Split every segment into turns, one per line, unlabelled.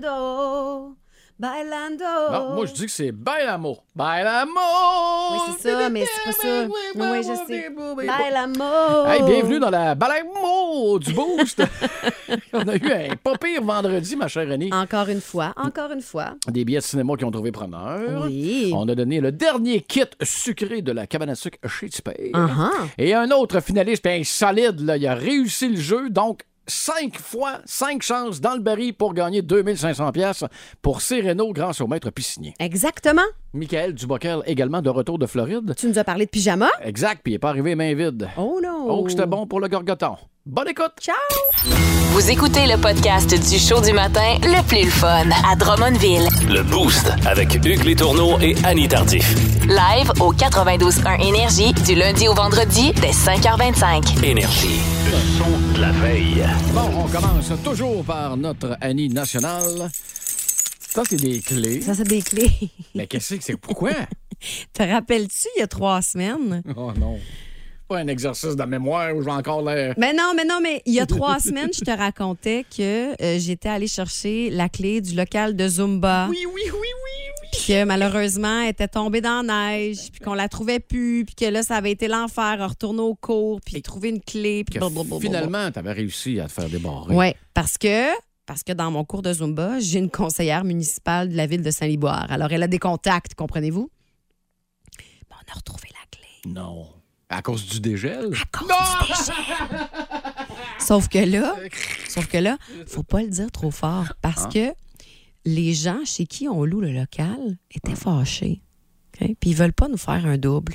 Bailando, bailando.
Bon, moi, je dis que c'est Bailamo. Bailamo!
Oui, c'est ça, mais c'est pas ça. Oui, je sais. Bailamo.
Hey, bienvenue dans la Bailamo du Boost. On a eu un pas pire vendredi, ma chère Annie.
Encore une fois, encore une fois.
Des billets de cinéma qui ont trouvé preneur.
Oui.
On a donné le dernier kit sucré de la cabane à sucre chez Tipper.
Ah, ah.
Et un autre finaliste, bien solide, là, il a réussi le jeu, donc cinq fois, cinq chances dans le baril pour gagner 2500 pièces pour Cyrano grâce au maître piscinier.
Exactement.
Michael Dubockel également de retour de Floride.
Tu nous as parlé de pyjama?
Exact, puis il est pas arrivé main vide.
Oh non.
Oh, que c'était bon pour le gorgoton. Bonne écoute!
Ciao.
Vous écoutez le podcast du show du matin le plus le fun à Drummondville.
Le Boost avec Hugues Létourneau et Annie Tardif.
Live au 92.1 Énergie du lundi au vendredi dès 5h25.
Énergie. Le son de la veille.
Bon, on commence toujours par notre Annie nationale. Ça, c'est des clés.
Ça, c'est des clés.
Mais qu'est-ce que c'est? Pourquoi?
Te rappelles-tu, il y a trois semaines?
Oh non. Pas un exercice de mémoire où je vais encore l'air.
Mais non, mais non, mais il y a trois semaines, je te racontais que euh, j'étais allée chercher la clé du local de Zumba.
Oui, oui, oui, oui, oui.
Puis que malheureusement, elle était tombée dans la neige, puis qu'on la trouvait plus, puis que là, ça avait été l'enfer à retourner au cours, puis trouver une clé, puis
Que
blablabla.
finalement, t'avais réussi à te faire débarrer.
Oui, parce que, parce que dans mon cours de Zumba, j'ai une conseillère municipale de la ville de Saint-Liboire. Alors, elle a des contacts, comprenez-vous? Ben, on a retrouvé la clé.
Non. À cause du dégel?
À cause du dégel. Sauf que là, sauf que là, faut pas le dire trop fort
Ah.
parce que les gens chez qui on loue le local étaient fâchés. OK? Puis ils veulent pas nous faire un double.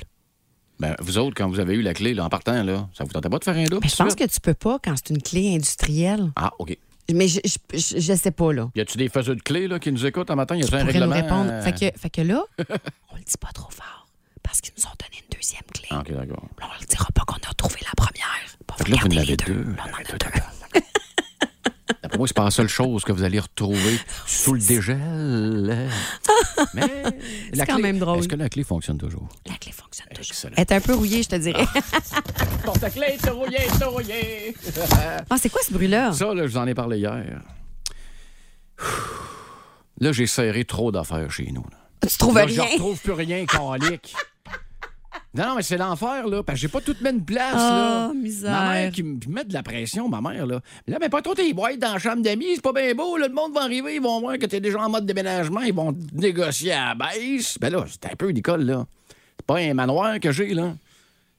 Ben, vous autres, quand vous avez eu la clé, là, en partant, là, ça vous tentait pas de faire un double?
Mais je
tout de
pense
suite?
que tu peux pas quand c'est une clé industrielle.
Ah, OK.
Mais je, je, je- je sais pas, là.
Y a-tu des faiseux de clés là, qui nous écoutent en matin? Y a-tu un
Pourrait nous
règlement?
répondre.
euh,
Fait, que, fait que là, on le dit pas trop fort parce qu'ils nous ont donné une deuxième clé.
Ah, OK, d'accord.
Là, on le dira pas qu'on a trouvé la première. Bon,
Fait que là, vous en
regardez les
avez
deux.
deux.
Là, on en a deux.
D'après moi, c'est pas la seule chose que vous allez retrouver sous le dégel. Mais la
quand
clé-
même drôle.
Est-ce que la clé fonctionne toujours?
La clé fonctionne toujours.
Excellent.
Elle est un peu rouillée, je te dirais. Ah, c'est quoi ce bruit-là?
Ça, là, je vous en ai parlé hier. Là, j'ai serré trop d'affaires chez nous. là.
Tu trouves
Là, je
rien?
retrouve plus rien, calique. Non, non, mais c'est l'enfer, là, parce que j'ai pas toute une place, là.
Oh, misère.
Ma mère qui me qui me met de la pression, ma mère, là. Là, mais pas trop tes boîtes dans la chambre d'amis, c'est pas bien beau, là. Le monde va arriver, ils vont voir que t'es déjà en mode déménagement, ils vont te négocier à la baisse. Ben là, c'est un peu l'école, là. C'est pas un manoir que j'ai, là.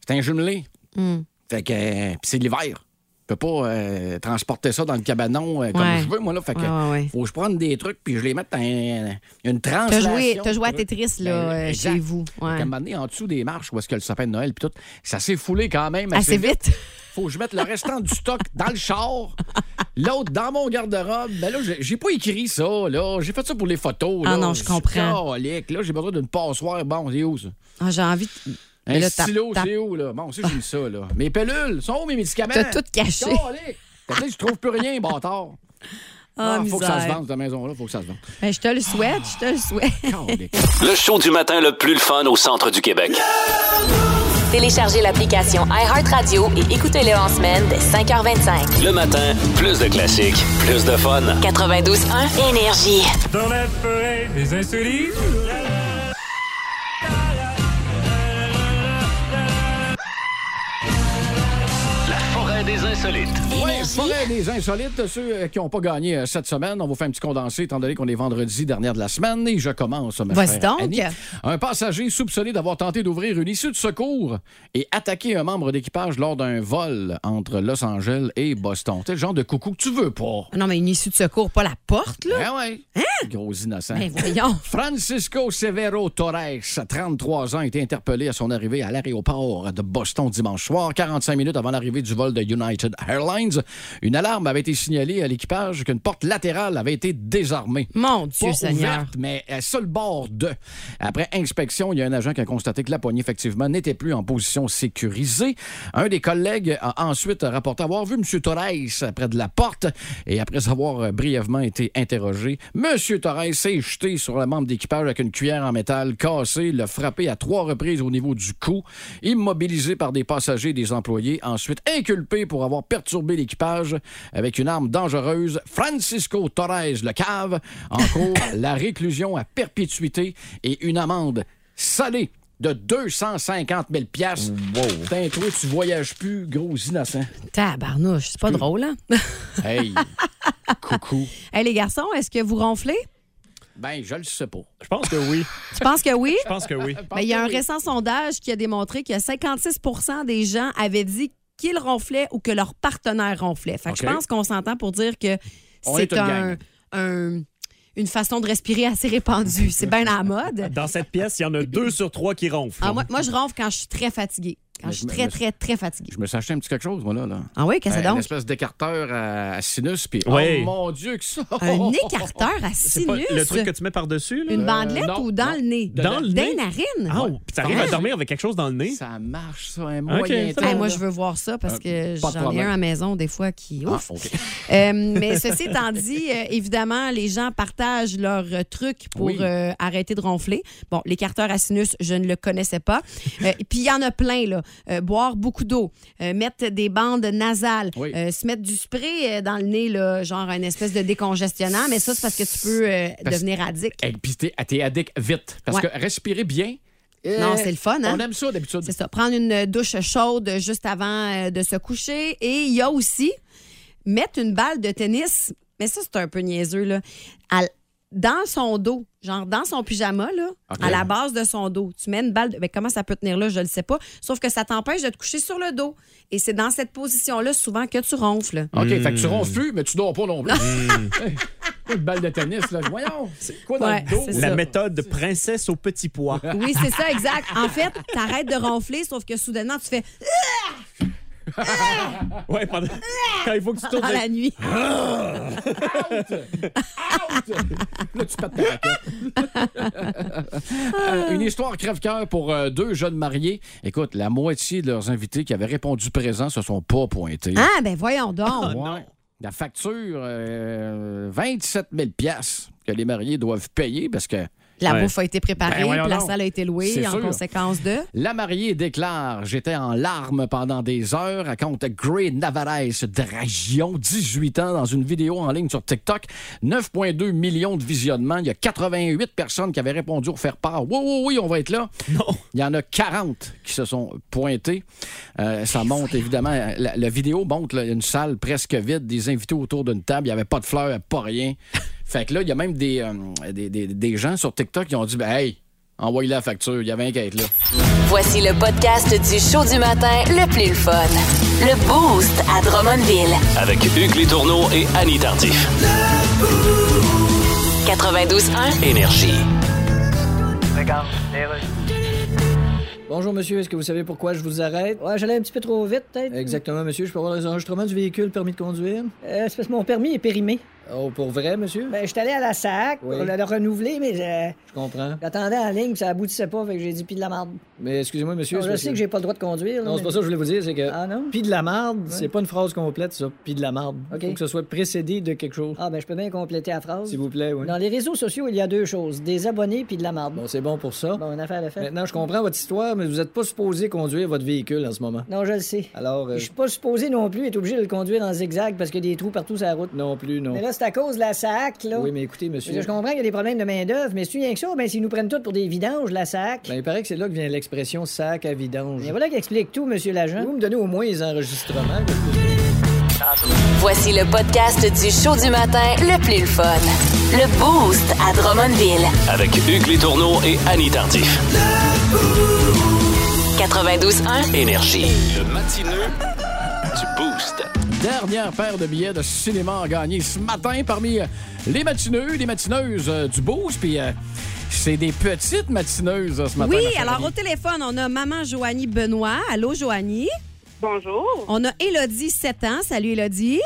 C'est un jumelé.
Hmm.
Fait que, euh, pis c'est l'hiver. Je peux pas euh, transporter ça dans le cabanon euh, comme
Ouais.
je veux, moi, là. Fait que,
Ouais, ouais, ouais.
faut que je prenne des trucs puis je les mette dans un- une translation.
T'as joué, t'as joué à Tetris,
Ben,
là, euh,
exact.
chez vous.
Fait
Ouais.
qu'à un moment donné, en dessous des marches, où est-ce que le sapin de Noël, puis tout, ça s'est foulé quand même assez,
Assez vite.
Faut que je mette le restant du stock dans le char, l'autre dans mon garde-robe. Ben là, j'ai- j'ai pas écrit ça, là. J'ai fait ça pour les photos.
Ah
là.
non, je comprends.
Calique, Là, j'ai besoin d'une passoire. Bon, c'est où, ça?
Ah, J'ai envie de...
Un
Mais là, t'as-
stylo,
t'as-
c'est où, là? Bon, ça, j'ai mis ça, là. Mes pilules, sont où mes médicaments?
T'as tout caché.
Calique. Fait que là, je trouve plus rien, bâtard.
Ah,
Ah, faut que ça se
misère.
vende, cette maison-là, faut que ça se vende.
Ben, je te le souhaite, je te le souhaite.
Calique.
Le show du matin le plus le fun au centre du Québec.
Téléchargez l'application iHeartRadio et écoutez-le en semaine dès 5h25.
Le matin, plus de classiques, plus de fun.
92.1 Énergie.
Dans la forêt des insolites.
La forêt des insolites.
Oui, forêt des insolites, ceux euh, qui n'ont pas gagné euh, cette semaine. On vous fait un petit condensé, étant donné qu'on est vendredi dernière de la semaine. Et je commence, ma
Vas-y
chère
donc.
Annie. Un passager soupçonné d'avoir tenté d'ouvrir une issue de secours et attaqué un membre d'équipage lors d'un vol entre Los Angeles et Boston. T'es le genre de coucou que tu veux pas.
non, mais une issue de secours, pas la porte, là.
Ah ouais. Gros innocent.
Ben, voyons.
Francisco Severo Torres, 33 ans, a été interpellé à son arrivée à l'aéroport de Boston dimanche soir, 45 minutes avant l'arrivée du vol de United Airlines. Une alarme avait été signalée à l'équipage qu'une porte latérale avait été désarmée. Pas
Mon Dieu Seigneur.
ouverte, mais à seul bord de. Après inspection, il y a un agent qui a constaté que la poignée, effectivement, n'était plus en position sécurisée. Un des collègues a ensuite rapporté avoir vu M. Torres près de la porte et après avoir euh, brièvement été interrogé, M. Torres s'est jeté sur le membre d'équipage avec une cuillère en métal cassée, l'a frappé à trois reprises au niveau du cou, immobilisé par des passagers et des employés, ensuite inculpé pour pour avoir perturbé l'équipage avec une arme dangereuse. Francisco Torres Le Cave encourt la réclusion à perpétuité et une amende salée de 250 000 piastres. Putain, toi, tu voyages plus, gros innocent.
Tabarnouche, c'est
Mm.
pas drôle, hein?
Hey, coucou.
hey, les garçons, est-ce que vous ronflez?
Ben, je le sais pas.
Je pense que oui.
Tu penses que oui?
Je pense que oui.
Ben, il y a un récent sondage qui a démontré que 56 des gens avaient dit qu'ils ronflaient ou que leur partenaire ronflait. Fait que
OK.
je pense qu'on s'entend pour dire que
On est
c'est
une
un,
gang.
un- une façon de respirer assez répandue. c'est bien à la mode.
Dans cette pièce, il y en a deux sur trois qui ronflent.
Ah, moi, moi, je ronfle quand je suis très fatiguée. Quand
Mais
je suis
je me-
très,
mais-
très, très fatiguée.
Je me suis acheté un petit quelque chose, moi, là. là.
Ah oui, qu'est-ce
Un
que c'est donc?
espèce d'écarteur à, à sinus, puis
Oui.
oh mon Dieu que ça!
Un écarteur à sinus?
C'est pas le truc que tu mets par-dessus, là?
Une bandelette
Euh, non,
ou dans
non.
le nez?
Dans le
Dans
nez?
les narines?
Ah, puis t'arrives à dormir avec quelque chose dans le nez?
Ça marche, ça, un moyen
c'est
temps,
bon.
Hey, moi,
là.
je veux voir ça parce que
Euh, pas de
j'en ai un
problème.
à la maison des fois qui.
Ah,
Ouf!
OK.
Euh, mais ceci étant dit, euh, évidemment, les gens partagent leurs euh, trucs pour
Oui.
euh, arrêter de ronfler. Bon, l'écarteur à sinus, je ne le connaissais pas. Euh, Puis il y en a plein, là. Euh, boire beaucoup d'eau, euh, mettre des bandes nasales,
Oui.
euh, se mettre du spray euh, dans le nez, là, genre un espèce de décongestionnant. Mais ça, c'est parce que tu peux euh,
Parce-
devenir addict.
Hey, puis t'es ah, t'es addict vite. Parce
Ouais.
que respirer bien. euh,
Non, c'est le fun, hein?
On aime ça d'habitude.
C'est ça. Prendre une douche chaude juste avant euh, de se coucher. Et il y a aussi mettre une balle de tennis. Mais ça, c'est un peu niaiseux, là. à- dans son dos, genre dans son pyjama, là,
Ok.
à la base de son dos. Tu mets une balle. De... ben, comment ça peut tenir là? Je ne le sais pas. Sauf que ça t'empêche de te coucher sur le dos. Et c'est dans cette position-là, souvent, que tu ronfles.
OK, fait que tu ronfles plus, mais tu dors pas non plus. Hey, Une balle de tennis, là. Voyons, c'est quoi dans
Ouais,
le dos?
c'est
La
ça.
méthode princesse au petit pois.
Oui, c'est ça, exact. En fait, t'arrêtes de ronfler, sauf que soudainement, tu fais
Ouais, pendant... quand il faut que tu tournes.
dans ah, la nuit.
Là, tu pètes ta raquette. Euh, Une histoire crève-cœur pour euh, deux jeunes mariés. Écoute, la moitié de leurs invités qui avaient répondu présent se sont pas pointés.
Ah, ben voyons donc.
Ouais. La facture, euh, 27 000 piastres que les mariés doivent payer parce que
La
Ouais.
bouffe a été préparée,
Ben voyons
puis la
donc.
salle a été louée
C'est
en
sûr.
conséquence de.
la mariée déclare J'étais en larmes pendant des heures, raconte Gray Navarrez Dragion, 18 ans, dans une vidéo en ligne sur TikTok. 9,2 millions de visionnements. Il y a 88 personnes qui avaient répondu pour faire part. Oui, oui, oui, on va être là.
Non.
Il y en a 40 qui se sont pointés. Euh, ça monte évidemment. La, la vidéo montre là, une salle presque vide, des invités autour d'une table. Il n'y avait pas de fleurs, pas rien. fait que là, il y a même des, euh, des, des- des gens sur TikTok qui ont dit ben, Hey, envoyez la facture, il y avait un qui est là.
Voici le podcast du show du matin le plus le fun. Le Boost à Drummondville.
Avec Hugues Létourneau et Annie Tardif.
92.1.
Énergie.
Bonjour monsieur, est-ce que vous savez pourquoi je vous arrête?
Ouais, j'allais un petit peu trop vite, peut-être.
Exactement monsieur, je peux avoir les enregistrements du véhicule, permis de conduire?
Euh, c'est parce que mon permis est périmé.
Oh, pour vrai monsieur?
Ben, j'étais allé à la SAC
Oui.
pour le, le renouveler, mais euh,
Je comprends.
j'attendais en ligne, puis ça aboutissait pas, fait que j'ai dit pis de la merde.
Mais excusez-moi monsieur.
Bon,
c'est
Ah, je
parce
sais que j'ai pas le droit de conduire. là,
Non, c'est
mais-
pas ça que je voulais vous dire, c'est que...
Ah non?
Pis de la marde, c'est pas une phrase complète ça, pis de la marde.
OK.
Faut que ce soit précédé de quelque chose.
Ah, ben, je peux bien compléter la phrase.
S'il vous plaît, oui.
Dans les réseaux sociaux, il y a deux choses des abonnés puis de la merde.
Bon, c'est bon pour ça.
Bon, une affaire de fait.
Maintenant, je comprends votre histoire, mais vous êtes pas supposé conduire votre véhicule en ce moment.
Non, je le sais.
Alors, euh,
Je suis pas supposé non plus être obligé de le conduire en zigzag parce qu'il y a des trous partout sur la route.
non plus, non.
Mais là, c'est à cause de la SAC, là.
Oui, mais écoutez
Je veux
monsieur...
dire, je comprends qu'il y a des problèmes de main-d'œuvre, mais si rien que ça, ben, s'ils nous prennent toutes pour des vidanges, la SAC.
Ben, il paraît que c'est là que vient l'expression sac à vidange.
Mais voilà qui explique tout, monsieur l'agent.
Vous me donnez au moins les enregistrements. que je puisse-
Voici le podcast du show du matin le plus le fun. Le Boost à Drummondville.
Avec Hugues Létourneau et Annie Tardif.
92.1.
Énergie. Le matineux du Boost.
Dernière paire de billets de cinéma à gagner ce matin parmi euh, les matineux, les matineuses euh, du Beauce. Puis euh, c'est des petites matineuses euh, ce matin.
Oui,
ma chère
alors au
Annie.
téléphone, on a maman Joanie Benoît. Allô, Joanie. Bonjour. On a Élodie, 7 ans. Salut, Élodie.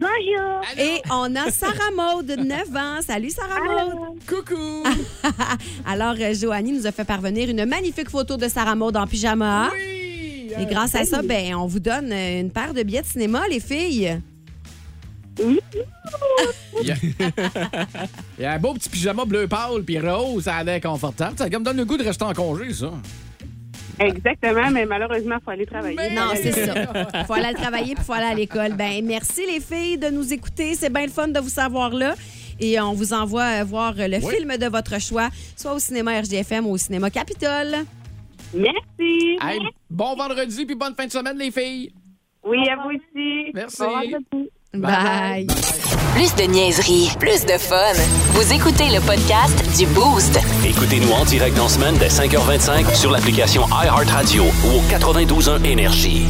Bonjour. Et on a Sarah Maude, 9 ans. Salut, Sarah Maude.
Coucou!
Alors, euh, Joanie nous a fait parvenir une magnifique photo de Sarah Maude en pyjama.
Oui! hein.
Et grâce à ça, ben, on vous donne euh, une paire de billets de cinéma, les filles.
Il y a un beau petit pyjama bleu pâle puis rose, ça a l'air confortable. Ça me donne le goût de rester en congé, ça.
Exactement, mais malheureusement, il faut aller travailler.
Non, c'est ça. Faut aller travailler puis faut aller à l'école. Ben, merci les filles de nous écouter. C'est bien le fun de vous savoir là. Et on vous envoie euh, voir le film de votre choix, soit au cinéma RGFM ou au cinéma Capitole.
Merci.
Hey, bon vendredi puis bonne fin de semaine, les filles.
Oui, à vous aussi.
Merci.
Au revoir.
Bye.
Plus de niaiserie, plus de fun. Vous écoutez le podcast du Boost.
Écoutez-nous en direct dans la semaine dès 5h25 sur l'application iHeartRadio ou au 92.1 Énergie.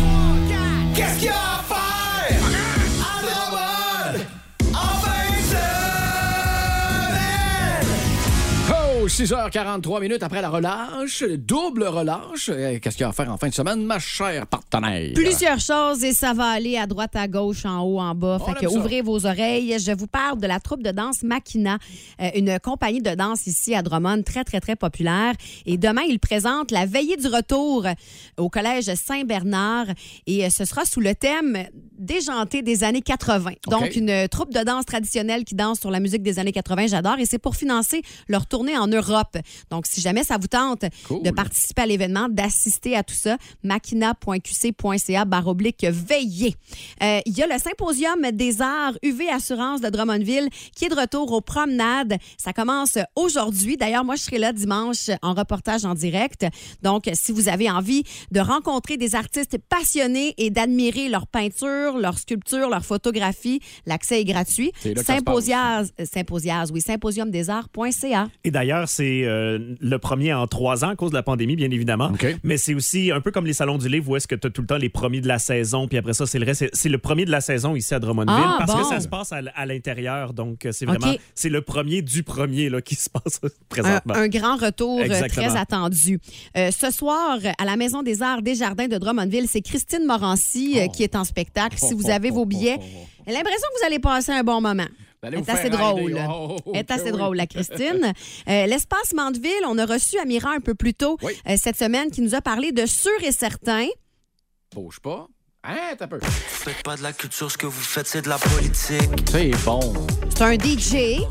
Oh, 6h43 minutes après la relâche, double relâche. Eh, Qu'est-ce qu'il y a à faire en fin de semaine, ma chère partenaire?
Plusieurs choses et ça va aller à droite, à gauche, en haut, en bas.
On
Fait que
aime ça.
ouvrez vos oreilles. Je vous parle de la troupe de danse Makina, euh, une compagnie de danse ici à Drummond, très, très, très populaire. Et demain, ils présentent la veillée du retour au Collège Saint-Bernard et euh, ce sera sous le thème déjanté des années 80. Donc, une troupe de danse traditionnelle qui danse sur la musique des années 80, j'adore. Et c'est pour financer leur tournée en Europe. Donc, si jamais ça vous tente
Cool.
de participer à l'événement, d'assister à tout ça, machina.qc.ca baroblique veillée. Euh, Il y a le symposium des arts UV Assurance de Drummondville qui est de retour aux promenades. Ça commence aujourd'hui. D'ailleurs, moi, je serai là dimanche en reportage en direct. Donc, si vous avez envie de rencontrer des artistes passionnés et d'admirer leur peinture, leur sculpture, leur photographie, l'accès est gratuit.
C'est là que ça se
Symposias, symposias, oui, symposiumdesarts.ca.
Et d'ailleurs, c'est euh, le premier en trois ans à cause de la pandémie, bien évidemment.
OK.
Mais c'est aussi un peu comme les salons du livre où est-ce que tu as tout le temps les premiers de la saison, puis après ça, c'est le reste. C'est- C'est le premier de la saison ici à Drummondville
Ah,
parce
bon.
que ça se passe à, l- à l'intérieur. Donc, euh, c'est vraiment.
OK.
C'est le premier du premier là, qui se passe
un,
ben,
présentement.
un grand retour euh,
Exactement.
très attendu. Euh, ce soir, euh, à la Maison des Arts des Jardins de Drummondville, c'est Christine Morancy euh, qui est en spectacle. Si vous avez vos billets, j'ai l'impression que vous allez passer un bon moment.
allez
Elle
vous
est assez
faire
drôle.
rider. Oh, oh, oh,
Elle est
que
assez
oui.
drôle, la Christine. Euh, L'espace Mandeville, on a reçu Amira un peu plus tôt
Oui.
euh, cette semaine qui nous a parlé de Sûr et Certain.
Bouge pas. Hein, t'as peu.
Faites pas de la culture, ce que vous faites, c'est de la politique.
C'est bon.
C'est un DJ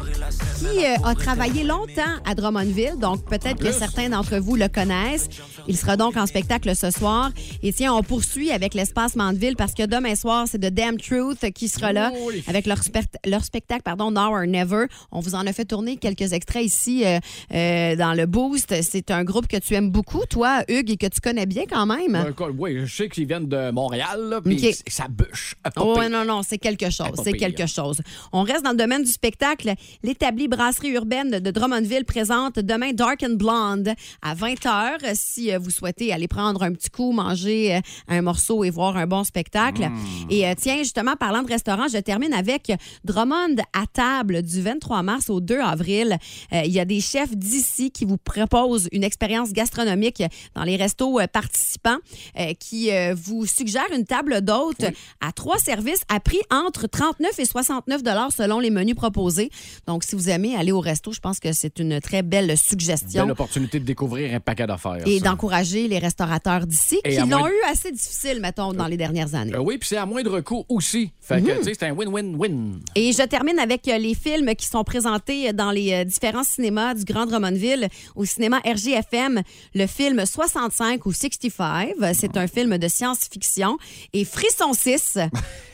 qui euh, a travaillé longtemps à Drummondville, donc peut-être que certains d'entre vous le connaissent. Il sera donc en spectacle ce soir. Et tiens, on poursuit avec l'espace Mandeville parce que demain soir, c'est The Damn Truth qui sera là
Oh, les
avec leur, spect- leur spectacle pardon, Now or Never. On vous en a fait tourner quelques extraits ici euh, euh, dans le Boost. C'est un groupe que tu aimes beaucoup, toi, Hugues, et que tu connais bien quand même.
Euh, quoi, Oui, je sais qu'ils viennent de Montréal, là, puis
Hein? OK.
c- ça bûche. Ah, à
Oh,
popper.
ouais, non, non, c'est quelque chose.
Pas
C'est
pire.
quelque chose. On reste dans le domaine du spectacle. L'établi Brasserie Urbaine de Drummondville présente demain Dark and Blonde à 20h. Si euh, vous souhaitez aller prendre un petit coup, manger euh, un morceau et voir un bon spectacle. Et euh, tiens, justement, parlant de restaurant, je termine avec Drummond à table du 23 mars au 2 avril. Euh, Il y a des chefs d'ici qui vous proposent une expérience gastronomique dans les restos euh, participants euh, qui euh, vous suggère une table d'hôte à trois services à prix entre 39 et 69 dollars selon les menus proposés. Donc, si vous aimez aller au resto, je pense que c'est une très belle suggestion.
Belle opportunité de découvrir un paquet d'affaires.
et
ça.
d'encourager les restaurateurs d'ici
Et
qui
à
l'ont
moins-
eu assez difficile, mettons, dans les dernières années.
Euh, oui, puis c'est à moindre coût aussi. Fait
Mhm.
que, tu sais, c'est un win-win-win.
Et je termine avec euh, les films qui sont présentés dans les euh, différents cinémas du Grand Drummondville. Au cinéma RGFM, le film 65 ou 65, euh, c'est un film de science-fiction. Et Frisson 6,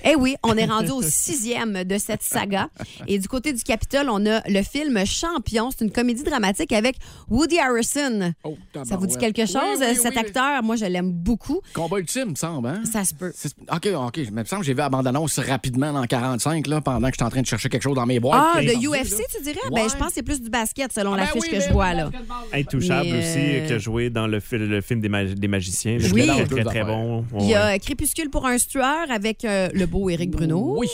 eh oui, on est rendu au sixième de cette saga. Et du côté du Capitole, on a le film Champion. C'est une comédie dramatique avec Woody Harrison.
Oh,
Ça vous dit
tabarouette.
quelque chose?
Oui, oui,
Cet
oui.
acteur, moi, je l'aime beaucoup.
Combat ultime, semble, hein?
Ça se peut.
C'est- OK, OK. Il me semble que j'ai vu la bande-annonce rapidement dans 45, là, pendant que j'étais en train de chercher quelque chose dans mes boîtes.
Ah,
Puis,
de
hey,
UFC, tu dirais?
Ouais.
Ben, je pense que c'est plus du basket selon
Ah,
la
ben
fiche
oui,
que
ben
je
oui,
vois, là.
Intouchable
ah. Mais, euh,
aussi, qui a joué dans le, fil- le film des, mag- des magiciens.
Je
Oui.
Très,
mélange
très,
deux
très
affaires.
bon.
Il y
Ouais.
a Crépuscule pour un stueur avec euh, le beau Éric Bruno.
Oui.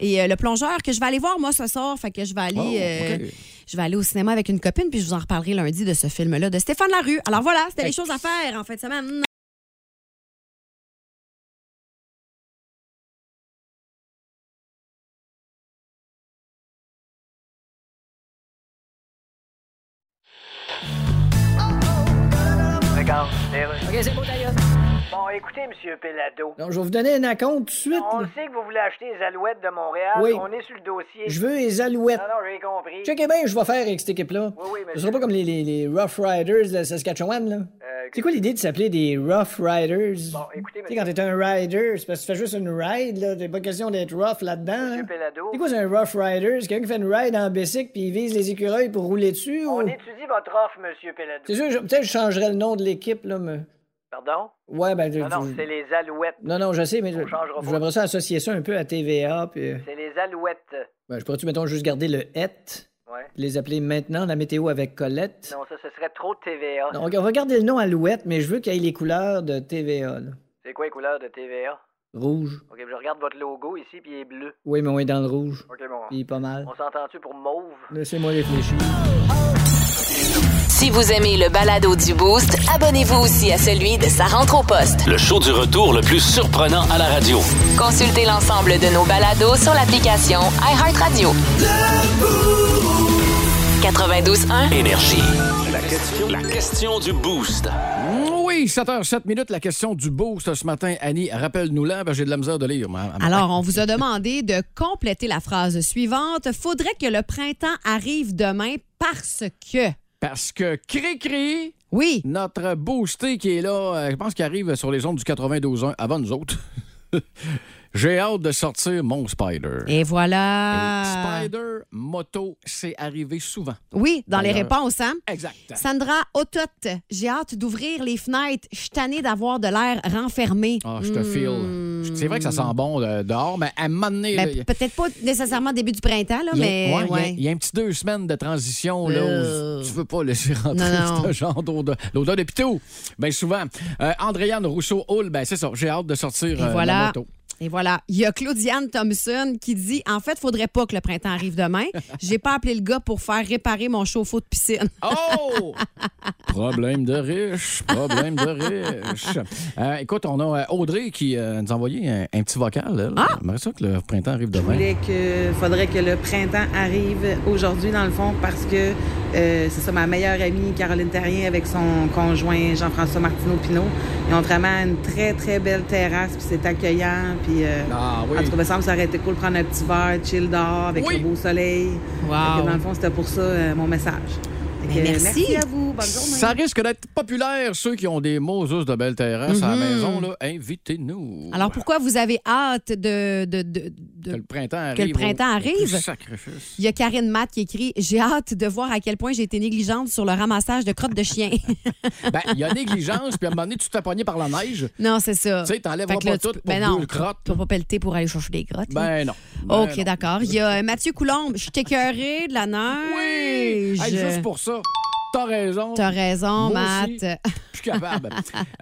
Et euh, le plongeur que je vais aller voir moi ce soir, fait que je vais aller
Oh,
euh,
OK.
je vais aller au cinéma avec une copine puis je vous en reparlerai lundi de ce film là de Stéphane Larue. Alors voilà, c'était les choses à faire en fin de semaine.
OK, c'est beau, ta gueule. Bon, écoutez, Monsieur Pelado.
Donc, je vais vous donner un acompte tout de suite.
On
là.
le sait que vous voulez acheter les alouettes de Montréal.
Oui.
On est sur le dossier.
Je veux les alouettes.
Non, non, j'ai compris.
Checkez bien, je vais faire avec cette équipe-là.
Oui, oui,
Ce
monsieur.
sera pas comme les, les- les Rough Riders de Saskatchewan, là.
Euh,
C'est quoi l'idée de s'appeler des Rough Riders?
Bon, écoutez,
Tu sais, quand t'es un rider, c'est parce que tu fais juste une ride, là. T'as pas question d'être rough là-dedans.
Monsieur
là.
Pelado.
C'est quoi, c'est un Rough Rider? C'est quelqu'un qui fait une ride en bicycle puis il vise les écureuils pour rouler dessus?
On
ou-
étudie votre offre, Monsieur Pelado.
C'est sûr, je- peut-être je changerais le nom de l'équipe, là, mais...
Pardon?
Ouais, ben... je-
Non, non,
je-
c'est les alouettes.
Non, non, je sais, mais je-
changera pas.
j'aimerais ça associer ça un peu à TVA, puis... euh,
C'est les alouettes.
Ben, je pourrais-tu, mettons, juste garder le « et
Ouais. »,
puis les appeler maintenant la météo avec Colette?
Non, ça, ce serait trop de TVA.
Non, on va garder le nom Alouette, mais je veux qu'il y ait les couleurs de TVA, là.
C'est quoi les couleurs de TVA?
Rouge.
Ok, je regarde votre logo ici, puis il est bleu.
Oui, mais on est dans le rouge,
Ok, bon.
puis pas mal.
On s'entend-tu pour mauve?
Laissez-moi réfléchir.
Si vous aimez le balado du Boost, abonnez-vous aussi à celui de Sa rentre au poste.
Le show du retour le plus surprenant à la radio.
Consultez l'ensemble de nos balados sur l'application iHeartRadio. 92.1,
Énergie. La question, la question du boost.
Mm, Oui, 7h07 minutes, la question du boost ce matin. Annie, rappelle-nous-la, ben, j'ai de la misère de lire. ma- ma-
Alors, on vous a demandé de compléter la phrase suivante. Faudrait que le printemps arrive demain parce que.
Parce que Cricri,
Oui.
notre boosté qui est là, euh, je pense qu'il arrive sur les ondes du 92.1 avant nous autres. j'ai hâte de sortir mon Spider.
Et euh, voilà.
Spider moto, c'est arrivé souvent.
Oui, dans les
D'ailleurs.
réponses, hein?
Exact.
Sandra Otot, j'ai hâte d'ouvrir les fenêtres. Je suis tannée d'avoir de l'air renfermé.
Ah, je te
Hmm.
feel. C'est vrai que ça sent bon euh, dehors, mais à un moment donné, là,
Ben,
il y a-
Peut-être pas nécessairement début du printemps, là,
il y a-
mais.
ouais, il y a-
ouais.
il y, a un petit deux semaines de transition là,
Euh.
où tu veux pas laisser rentrer
Non, non.
ce genre d'odeur. L'odeur de pitou. Bien souvent. Euh, Andréane Rousseau-Hull, ben c'est ça. J'ai hâte de sortir
Et
euh, la
voilà.
moto.
Et voilà. Il y a Claudiane Thompson qui dit En fait, faudrait pas que le printemps arrive demain. J'ai pas appelé le gars pour faire réparer mon chauffe-eau de piscine.
Oh! problème de riche, problème de riche. Euh, écoute, on a euh, Audrey qui euh, nous a envoyé un, un petit vocal. elle.
Ah!
J'aimerais ça que le printemps arrive demain.
que faudrait que le printemps arrive aujourd'hui, dans le fond, parce que euh, c'est ça, ma meilleure amie Caroline Terrien avec son conjoint Jean-François Martineau-Pinot. Ils ont vraiment une très, très belle terrasse, puis c'est accueillant, puis euh,
Ah oui.
en tout cas, il me semble que ça aurait été cool de prendre un petit verre, chill dehors, avec
Oui. Ah
le beau soleil. Fait que, dans le fond, c'était pour ça euh, mon message. Fait que,
Mais merci.
merci à vous, bonne journée.
Ça risque d'être populaire, ceux qui ont des Moses de belle terrasse à la maison. là. Invitez-nous.
Mm-hmm. Alors pourquoi vous avez hâte de. de- de- de-
que le printemps arrive.
le printemps
au- au
arrive.
plus sacrifice.
Il y a Karine Matt qui écrit J'ai hâte de voir à quel point j'ai été négligente sur le ramassage de crottes de chien.
Ben, il y a négligence, puis à un moment donné, tu te fais pogner par la neige.
non, c'est ça.
Tu sais, t'enlèveras
Fait que
pas
là, tu
tout
peux-
pour
ben non,
deux crottes.
Tu peux pas pelleter pour aller chercher des grottes. là.
Ben non. Ben
OK,
non.
d'accord. Il y a euh, Mathieu Coulombe. Je suis écœurée de la
Oui!
neige.
Hey, juste pour ça. T'as raison.
T'as raison,
Moi aussi.
Matt. Ah,
Je suis capable.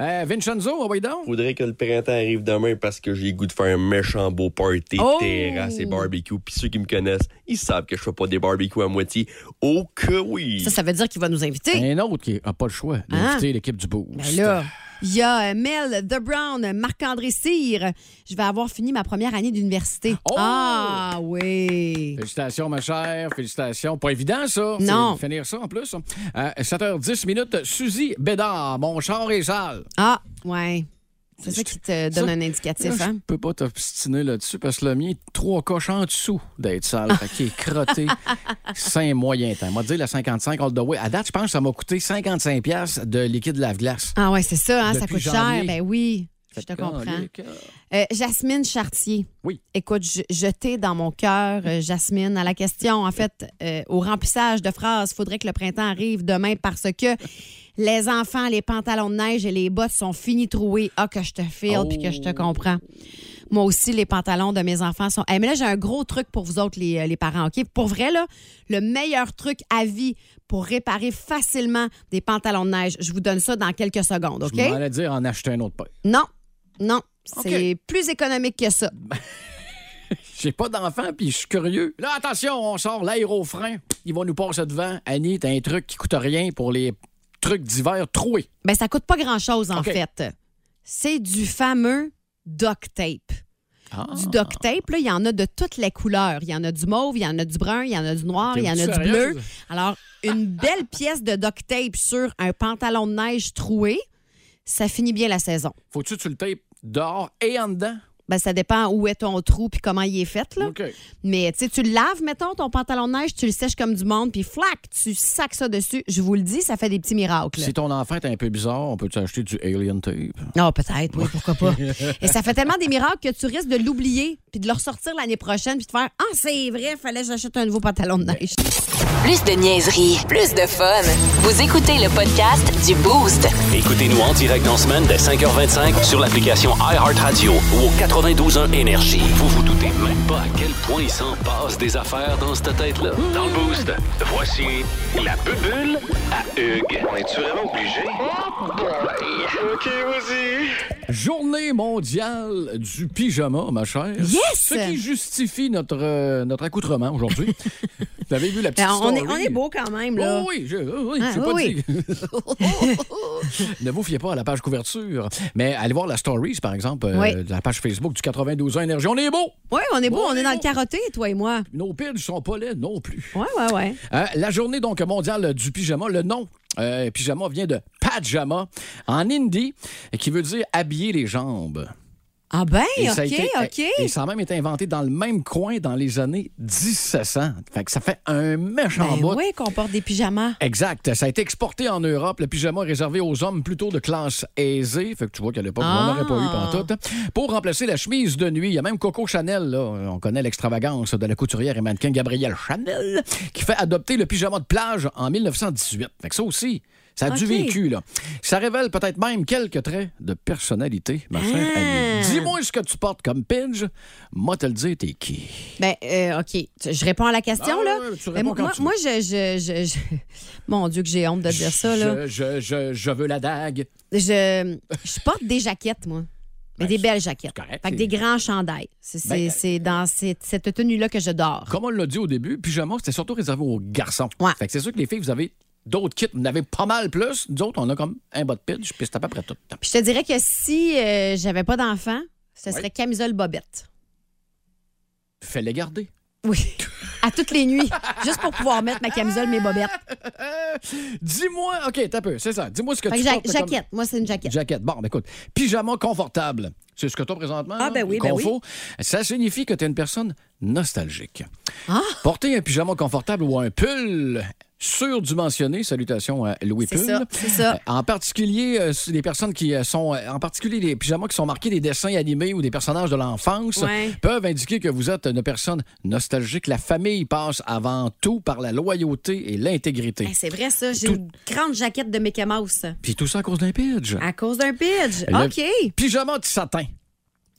Euh, Vincenzo, envoyez donc.
Faudrait que le printemps arrive demain parce que j'ai le goût de faire un méchant beau party,
Oh!
terrasse et barbecue. Puis ceux qui me connaissent, ils savent que je fais pas des barbecues à moitié. Oh que oui!
Ça, ça veut dire qu'il va nous inviter.
Un autre qui n'a pas le choix d'inviter l'équipe du Boost.
Hein? Ben là, il y a euh, Mel, The Brown, Marc-André Cyr. Je vais avoir fini ma première année d'université.
Oh!
Ah oui.
Félicitations, ma chère. Félicitations. Pas évident, ça.
Non.
Faut Finir ça, en plus. Euh, 7h10 minutes. Suzy Bédard, mon char est sale.
Ah, ouais. C'est ça qui te donne un indicatif,
Là,
hein?
Je peux pas t'obstiner là-dessus parce que le mien, est trois coches en dessous d'être sale. fait qu'il est crotté. Saint moyen temps. Moi, dire la 55 all the way. À date, je pense que ça m'a coûté 55$ piastres de liquide lave-glace.
Ah ouais, c'est ça, hein, ça
Depuis
coûte
janvier.
cher. Ben oui, je te
Fait que,
comprends.
calique, euh,
Euh, Jasmine Chartier.
Oui.
Écoute, je, je t'ai dans mon cœur, euh, Jasmine, à la question, en fait, euh, au remplissage de phrases, faudrait que le printemps arrive demain parce que les enfants, les pantalons de neige et les bottes sont finis troués. Ah, que je te file puis que
Oh.
je te comprends. Moi aussi, les pantalons de mes enfants sont. Eh, mais là, j'ai un gros truc pour vous autres, les, euh, les parents, OK? Pour vrai, là, le meilleur truc à vie pour réparer facilement des pantalons de neige, je vous donne ça dans quelques secondes, OK?
Je m'en allais dire en acheter un autre paire.
Non, non.
OK.
C'est plus économique que ça.
J'ai pas d'enfant puis je suis curieux. Là, attention, on sort l'aérofrein. Ils vont nous passer devant. Annie, t'as un truc qui coûte rien pour les trucs d'hiver troués.
Ben, ça coûte pas grand-chose, en
OK.
fait. C'est du fameux duct tape.
Ah.
Du duct tape, là, il y en a de toutes les couleurs. Il y en a du mauve, il y en a du brun, il y en a du noir, il y en a
T'es-tu
du bleu.
sérieuse?
Alors, une belle pièce de duct tape sur un pantalon de neige troué, ça finit bien la saison.
Faut-tu que tu le tapes dehors et en dedans?
Ben, ça dépend où est ton trou puis comment il est fait. Là.
OK.
Mais tu sais, tu le laves, mettons, ton pantalon de neige, tu le sèches comme du monde, puis flac, tu sacs ça dessus. Je vous le dis, ça fait des petits miracles.
Si ton enfant est un peu bizarre, on peut t'acheter du Alien Tape.
Non, Ah, peut-être, oui, pourquoi pas. Et ça fait tellement des miracles que tu risques de l'oublier, puis de le ressortir l'année prochaine, puis de faire Ah, c'est vrai, fallait que j'achète un nouveau pantalon de neige.
Plus de niaiserie, plus de fun. Vous écoutez le podcast du Boost.
Écoutez-nous en direct dans la semaine dès 5h25 sur l'application iHeartRadio ou au 92.1 Énergie. Vous vous doutez même pas à quel point il s'en passe des affaires dans cette tête-là. Dans le Boost, voici la bubule à Hugues.
Es-tu vraiment obligé? OK, vas-y.
Journée mondiale du pyjama, ma chère.
Yes!
Ce qui justifie notre, euh, notre accoutrement aujourd'hui. Vous avez vu la petite
Ben, on, est,
story?
on est beau quand même, là.
Oh oui, je, oh oui,
Ah,
je sais
oh
pas
oui.
dire. ne vous fiez pas à la page couverture, mais allez voir la stories, par exemple, euh,
Oui.
de la page Facebook du 92 ans Énergie. On est beau!
Oui, on est beau,
Oh,
on
on
est
est
dans le
beau.
carotté, toi et moi.
Nos piles ne sont pas laides non plus.
Ouais, ouais, ouais.
Euh, la journée donc mondiale du pyjama, le nom euh, pyjama vient de pajama en hindi, qui veut dire habiller les jambes.
Ah ben,
Et
OK,
ça a été- euh,
OK.
Et ça a même été inventé dans le même coin dans les années 1700. Fait que ça fait un méchant
Ben
bout.
oui, qu'on porte des pyjamas.
Exact. Ça a été exporté en Europe. Le pyjama est réservé aux hommes plutôt de classe aisée. Fait que tu vois qu'à l'époque, on
Ah.
n'aurait pas eu pantoute. Pour remplacer la chemise de nuit, il y a même Coco Chanel. Là. On connaît l'extravagance de la couturière et mannequin Gabrielle Chanel qui fait adopter le pyjama de plage en 1918. Fait que ça aussi, ça a du
Ok.
vécu. Là. Ça révèle peut-être même quelques traits de personnalité, ma chère
Ah.
amie. Dis-moi ce que tu portes comme pinge. Moi, te le dire, t'es qui?
Ben, euh, OK. Tu- Je réponds à la question,
Ah,
là.
ouais, tu
Ben,
réponds
moi,
quand
moi,
tu veux.
je, je- je- je- Mon Dieu, que j'ai honte de dire ça, là.
Je, je, je, je veux la dague.
Je, je porte des jaquettes, moi. Mais
Ben,
des belles jaquettes.
c'est correct,
Fait que
c'est-
des grands chandails. C'est c'est-
Ben,
c'est dans cette, cette tenue-là que je dors.
Comme on l'a dit au début, pyjama, c'était surtout réservé aux garçons.
Ouais.
Fait que c'est sûr que les filles, vous avez d'autres kits, vous en avez pas mal plus. Nous autres, on a comme un bas de pitch, puis c'est à peu près tout.
Puis je te dirais que si euh, j'avais pas d'enfant, ce serait camisole bobette.
Fais les garder.
Oui. À toutes les nuits. Juste pour pouvoir mettre ma camisole, mes bobettes.
Dis-moi, OK, t'as peu, c'est ça. Dis-moi ce que
Fait
tu
que ja-
portes comme-
jaquette. Moi, c'est une jaquette.
Jaquette. Bon, ben écoute, pyjama confortable. C'est ce que tu as présentement.
Ah,
là,
ben oui, ben
confo. Ça signifie que tu es une personne nostalgique.
Ah!
Porter un pyjama confortable ou un pull surdimensionné, salutations à Louis
C'est
Pull.
ça, c'est ça.
Euh, En particulier, euh, c'est les personnes qui euh, sont, euh, en particulier les pyjamas qui sont marqués des dessins animés ou des personnages de l'enfance,
Ouais.
peuvent indiquer que vous êtes une personne nostalgique. La famille passe avant tout par la loyauté et l'intégrité.
Hey, c'est vrai, ça. J'ai
Tout-
une grande jaquette de Mickey Mouse.
Puis tout ça à cause d'un pidge.
À cause d'un pitch.
Le-
OK.
Pyjama de satin.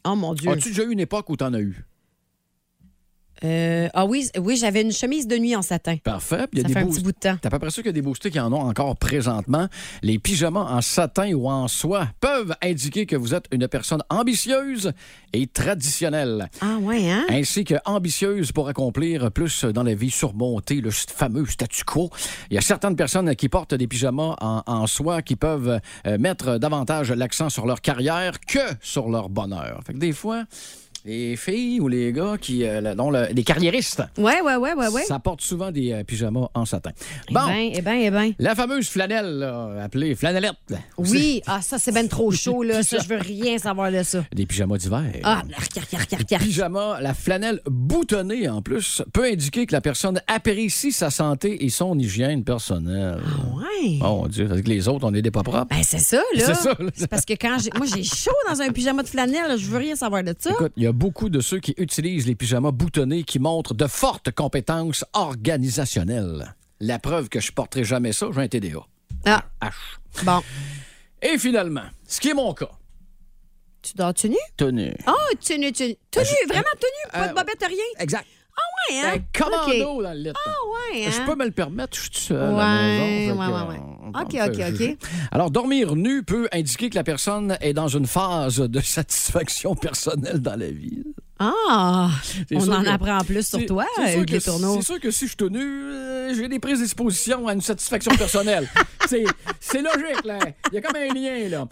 Oh mon Dieu.
As-tu déjà eu une époque où t'en as eu?
Euh, ah oui, oui j'avais une chemise de nuit en satin.
Parfait. Puis il y a
Ça
des
fait un
beaux-
petit bout de temps.
T'as pas près sûr qu'il y a des boostés qui en ont encore présentement. Les pyjamas en satin ou en soie peuvent indiquer que vous êtes une personne ambitieuse et traditionnelle,
Ah ouais, hein?
ainsi que ambitieuse pour accomplir plus dans la vie, surmonter le fameux statu quo. Il y a certaines personnes qui portent des pyjamas en, en soie qui peuvent euh, mettre davantage l'accent sur leur carrière que sur leur bonheur. Fait que des fois, les filles ou les gars qui, euh, la- dont le- les carriéristes,
Ouais, ouais, ouais, ouais, ouais.
ça porte souvent des euh, pyjamas en satin.
Eh
Bon,
ben, eh ben, eh ben.
la fameuse flanelle, là, appelée flanellette.
Oui, ah, ça, c'est ben trop chaud, là. Ça, je veux rien savoir de ça.
Des pyjamas d'hiver.
Ah, arc, arc, arc, arc, arc.
Pyjama, la flanelle boutonnée en plus, peut indiquer que la personne apprécie sa santé et son hygiène personnelle.
Ouais.
Mon Dieu, ça veut dire que les autres, on est des pas propres.
Ah Ben, c'est ça, là.
Ah. C'est ça, là.
C'est parce que quand j'ai. Moi, j'ai chaud dans un pyjama de flanelle, là. je veux rien savoir de ça.
Écoute, il y a beaucoup de ceux qui utilisent les pyjamas boutonnés qui montrent de fortes compétences organisationnelles. La preuve que je porterai jamais ça, j'ai un TDA.
Ah,
H.
bon.
Et finalement, ce qui est mon cas.
Tu dors-tu nu?
Tenue.
Ah, oh, tu nu, tu nu. Tu nu, vraiment tu nu, pas de
Ben, euh,
bobette, rien.
Exact.
Ouais, hein?
Ben, commando
OK.
dans le lit.
Ah, ouais, hein?
Je peux me le permettre, je suis tout seul à la
Ouais,
maison. fait
ouais,
que,
ouais, ouais.
euh, on
Ok,
peut me faire
ok,
juger.
ok.
Alors, dormir nu peut indiquer que la personne est dans une phase de satisfaction personnelle dans la vie.
Ah,
C'est
on
sûr
en
que-
apprend plus sur
C'est-
toi,
c'est sûr,
Hugues
que,
Les Tourneaux.
c'est sûr que si je suis tout nu, euh, j'ai des prédispositions à une satisfaction personnelle. c'est, c'est logique, là. Il y a comme un lien, là.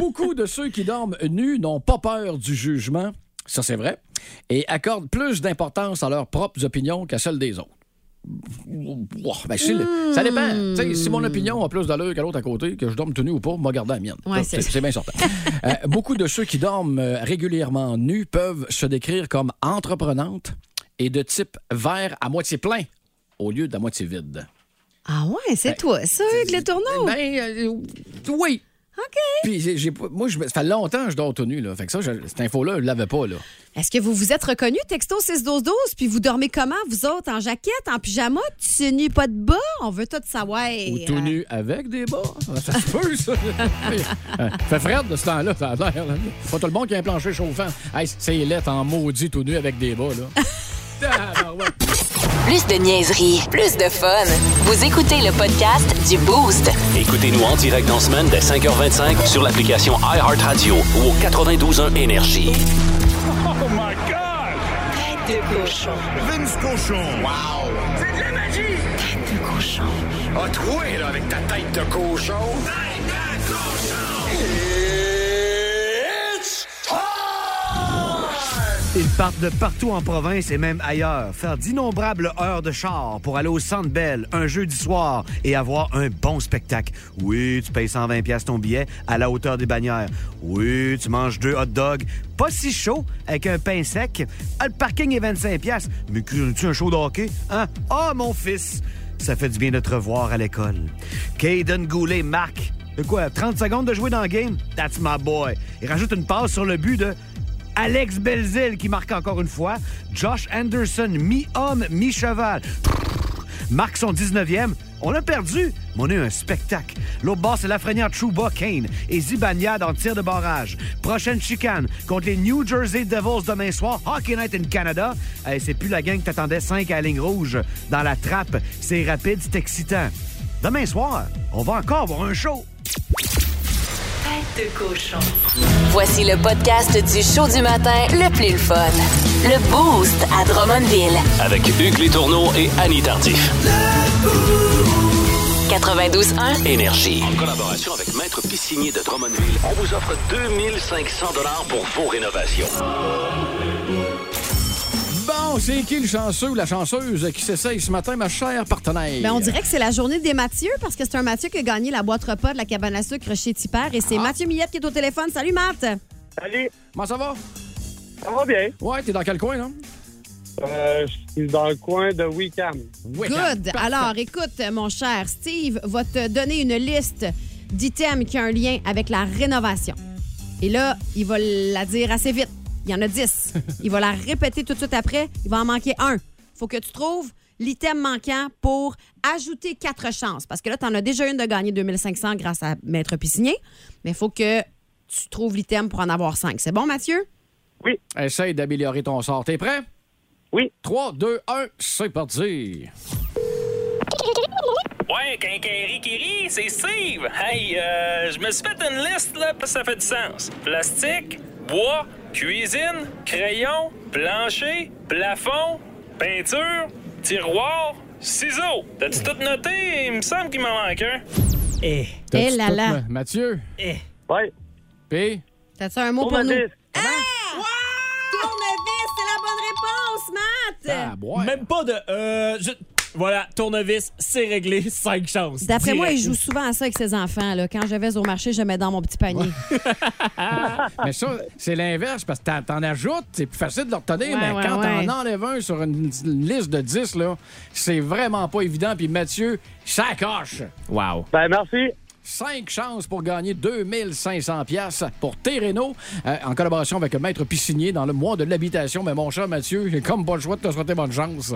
Beaucoup de ceux qui dorment nus n'ont pas peur du jugement, ça c'est vrai, et accordent plus d'importance à leurs propres opinions qu'à celles des autres. Ouah, ben, c'est le- Ça dépend.
Hmm.
Tu sais, si mon opinion a plus d'allure que l'autre à côté, que je dorme tenu ou pas, m'a gardé la mienne.
Ouais,
Ça,
c'est
c'est bien certain. Euh, beaucoup de ceux qui dorment euh, régulièrement nus peuvent se décrire comme entreprenantes et de type verre à moitié plein au lieu de la moitié vide.
Ah ouais, c'est toi, ça, avec le tourneau?
Ben, oui.
OK.
Puis j'ai- j'ai pas- moi, je, me- ça fait longtemps que je dors tout nu. Là. Fait que ça, je- cette info-là, je l'avais pas. Là.
Est-ce que vous vous êtes reconnu, texto 612-12, puis vous dormez comment, vous autres, en jaquette, en pyjama, tu nu, pas de bas? On veut tout savoir. Euh,
Ou tout nu avec des bas. Ah, Ça se peut, ça. Euh, fait fred de ce temps-là, ça a l'air. là. Pas tout le monde qui a un plancher chauffant. Hey, c'est laid en maudit tout nu avec des bas. Là.
Plus de niaiserie, plus de fun. Vous écoutez le podcast du Boost.
Écoutez-nous en direct dans la semaine dès 5h25 sur l'application iHeartRadio ou au 92.1 Énergie.
Oh my God! Tête de cochon. Vince cochon. Wow! C'est de la magie! Tête de cochon. Ah, toi, là, avec ta tête de cochon. Tête de cochon! It's
Ils partent de partout en province et même ailleurs, faire d'innombrables heures de char pour aller au Centre Bell un jeudi soir et avoir un bon spectacle. Oui, tu payes 120 pièces ton billet à la hauteur des bannières. Oui, tu manges deux hot dogs, pas si chaud, avec un pain sec. Ah, le parking est 25 pièces. Mais tu un show de hockey, hein? Ah, mon fils! Ça fait du bien de te revoir à l'école. Caden Goulet marque. De quoi? 30 secondes de jouer dans le game? That's my boy. Il rajoute une passe sur le but de Alex Belzil qui marque encore une fois. Josh Anderson, mi-homme, mi-cheval. Marque son 19e. On a perdu, mais on a eu un spectacle. L'autre bord, c'est Lafrenière Trouba, Kane et Zibanejad en tir de barrage. Prochaine chicane contre les New Jersey Devils demain soir, Hockey Night in Canada. Hey, c'est plus la gang que t'attendais 5 à la ligne rouge dans la trappe. C'est rapide, c'est excitant. Demain soir, on va encore avoir un show.
Tête de cochon. Voici le podcast du show du matin le plus le fun. Le Boost à Drummondville.
Avec Hugues Létourneau et Annie Tardif.
92.1.
Énergie. En collaboration avec Maître Piscinier de Drummondville, on vous offre 2500 pour vos rénovations.
Bon, c'est qui le chanceux ou la chanceuse qui s'essaye ce matin, ma chère partenaire?
Ben, on dirait que c'est la journée des Mathieu parce que c'est un Mathieu qui a gagné la boîte repas de la cabane à sucre chez Tipper et
Ah.
c'est Mathieu Millette qui est au téléphone. Salut, Matt!
Salut!
Comment ça va?
Ça va bien.
Ouais, t'es dans quel coin, là?
Euh, je suis dans le coin de Wickham.
Good! Alors, écoute, mon cher Steve va te donner une liste d'items qui a un lien avec la rénovation. Et là, il va la dire assez vite. Il y en a 10. Il va la répéter tout de suite après. Il va en manquer un. faut que tu trouves l'item manquant pour ajouter quatre chances. Parce que là, tu en as déjà une de gagner 2500 grâce à Maître Piscinier. Mais il faut que tu trouves l'item pour en avoir cinq. C'est bon, Mathieu?
Oui. Essaye d'améliorer ton sort. T'es prêt? Oui. 3, 2, 1, c'est parti.
Ouais, Quincaillerie Kiri, c'est Steve. Hey, euh, je me suis fait une liste, là, parce que ça fait du sens. Plastique, bois, cuisine, crayon, plancher, plafond, peinture, tiroir, ciseaux. T'as-tu tout noté? Il me semble qu'il m'en manque un.
Eh.
Eh là là.
Mathieu?
Eh.
Ouais. P.
T'as-tu un mot pour nous?
Tournevis.
Ah! Tournevis, c'est la bonne réponse,
Ah,
Matt!
Même pas de. euh, je- Voilà, tournevis, c'est réglé, 5 chances.
D'après moi, il
Direct.
joue souvent à ça avec ses enfants. Là. Quand je vais au marché, je mets dans mon petit panier.
Mais ça, c'est l'inverse, parce que t'en- t'en ajoutes, c'est plus facile de le retenir,
Ouais,
mais
ouais,
quand
ouais.
t'en enlèves un sur une, une liste de 10, là, c'est vraiment pas évident. Puis Mathieu, ça coche!
Wow.
Ben, merci. Cinq chances pour gagner 2500 pièces pour tes rénaux, euh, en collaboration avec Maître Piscinier dans le mois de l'habitation. Mais mon cher Mathieu, j'ai comme bonne choix de te souhaiter bonne chance.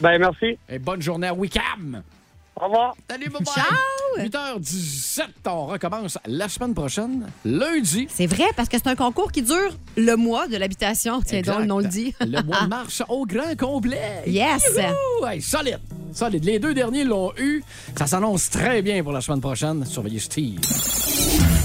Ben, merci. Et bonne journée à Wicam. Au revoir. Salut, bye Ciao! 8h17, on recommence la semaine prochaine, lundi.
C'est vrai, parce que c'est un concours qui dure le mois de l'habitation. Tiens
Exact.
donc, le nom le dit. Ah.
Le mois de mars au grand complet.
Yes.
Youhou! Hey, solide. Solide. Les deux derniers l'ont eu. Ça s'annonce très bien pour la semaine prochaine. Surveillez Steve.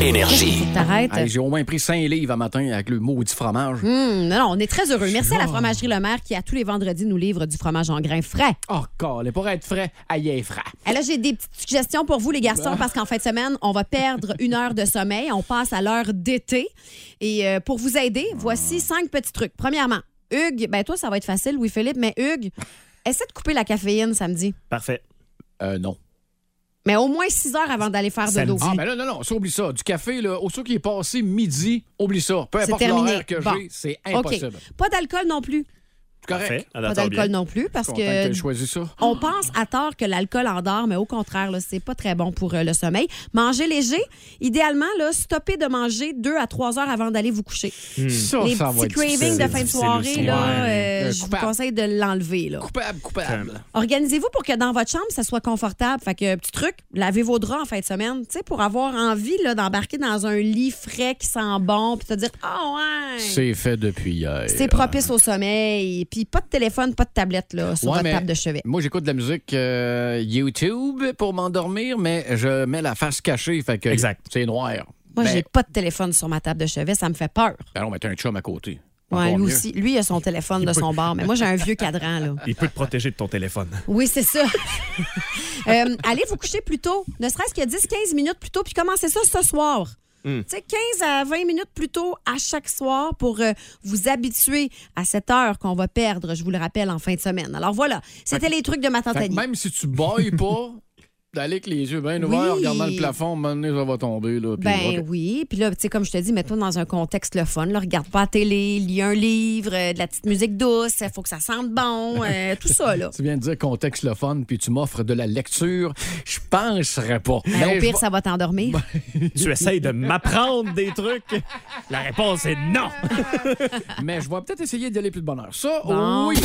Énergie.
T'arrêtes.
Hey, J'ai au moins pris 5 livres à matin avec le maudit fromage.
Hum, non, non, on est très heureux. Merci à la fromagerie Le Maire qui, à tous les vendredis, nous livre du fromage en grains frais.
Oh, calé, pour être frais, aïe, aïe, frais.
Et là, j'ai des petites suggestions pour vous, les
Ben.
garçons, parce qu'en fin de semaine, on va perdre une heure de sommeil. On passe à l'heure d'été. Et euh, pour vous aider, voici cinq petits trucs. Premièrement, Hugues, ben toi, ça va être facile, Louis-Philippe, mais Hugues, essaie de couper la caféine samedi.
Parfait.
Euh, non.
Mais au moins six heures avant d'aller faire dodo.
Ah, ben là, non, non, ça, oublie ça. Du café, là, au qui est passé midi, oublie ça. Peu
C'est
importe
terminé.
l'horaire que
Bon.
j'ai, c'est
OK.
ben, impossible.
Pas d'alcool non plus.
Correct.
Pas d'alcool non plus parce
Content que
que
t'aies choisi ça.
on pense à tort que l'alcool endort, mais au contraire, là, c'est pas très bon pour euh, le sommeil. Manger léger, idéalement, là, stoppez de manger deux à trois heures avant d'aller vous coucher.
Hmm. Ça,
Les
ça va
petits
être
cravings
difficile.
de fin de
Difficile
soirée,
aussi.
là,
Ouais.
euh,
Euh,
je vous
coupable.
conseille de l'enlever. là.
Coupable, coupable.
Organisez-vous pour que dans votre chambre, ça soit confortable. Fait que, euh, petit truc, lavez vos draps en fin de semaine, tu sais, pour avoir envie là, d'embarquer dans un lit frais qui sent bon, puis te dire, ah ouais!
C'est fait depuis hier.
C'est propice au sommeil. Puis pas de téléphone, pas de tablette là, sur
Ouais,
votre
mais
table de chevet.
Moi, j'écoute de la musique euh, YouTube pour m'endormir, mais je mets la face cachée, fait que c'est noir.
Moi,
Ben,
j'ai pas de téléphone sur ma table de chevet, ça me fait peur.
ben non, mais t'as un chum à côté.
Ouais,
Encore
lui
Ah mieux.
aussi. Lui, il a son téléphone de son bar, mais moi, j'ai un vieux cadran. là.
Il peut te protéger de ton téléphone.
Oui, c'est ça. Euh, allez vous coucher plus tôt, ne serait-ce que 10-15 minutes plus tôt, puis commencez ça ce soir.
Hmm.
Tu sais, 15 à 20 minutes plus tôt à chaque soir pour euh, vous habituer à cette heure qu'on va perdre, je vous le rappelle, en fin de semaine. Alors voilà, c'était les trucs de ma tante
Fait que
Annie.
même si tu bailles pas, d'aller avec les yeux bien ouverts,
Oui.
regardant le plafond, à un moment donné, ça va tomber. Là, puis
Ben
ok.
oui. Puis là, tu sais, comme je te dis, mets-toi dans un contexte le fun. Là, regarde pas la télé, lis un livre, euh, de la petite musique douce, il faut que ça sente bon, euh, tout ça, là.
Tu viens de dire contexte le fun, puis tu m'offres de la lecture. Je penserais pas.
Ben,
Mais
au
je
pire, ça va t'endormir.
tu essayes de m'apprendre des trucs. La réponse est non.
vais- Mais je vais peut-être essayer d'y aller plus de bonheur. Ça,
Bon.
oui.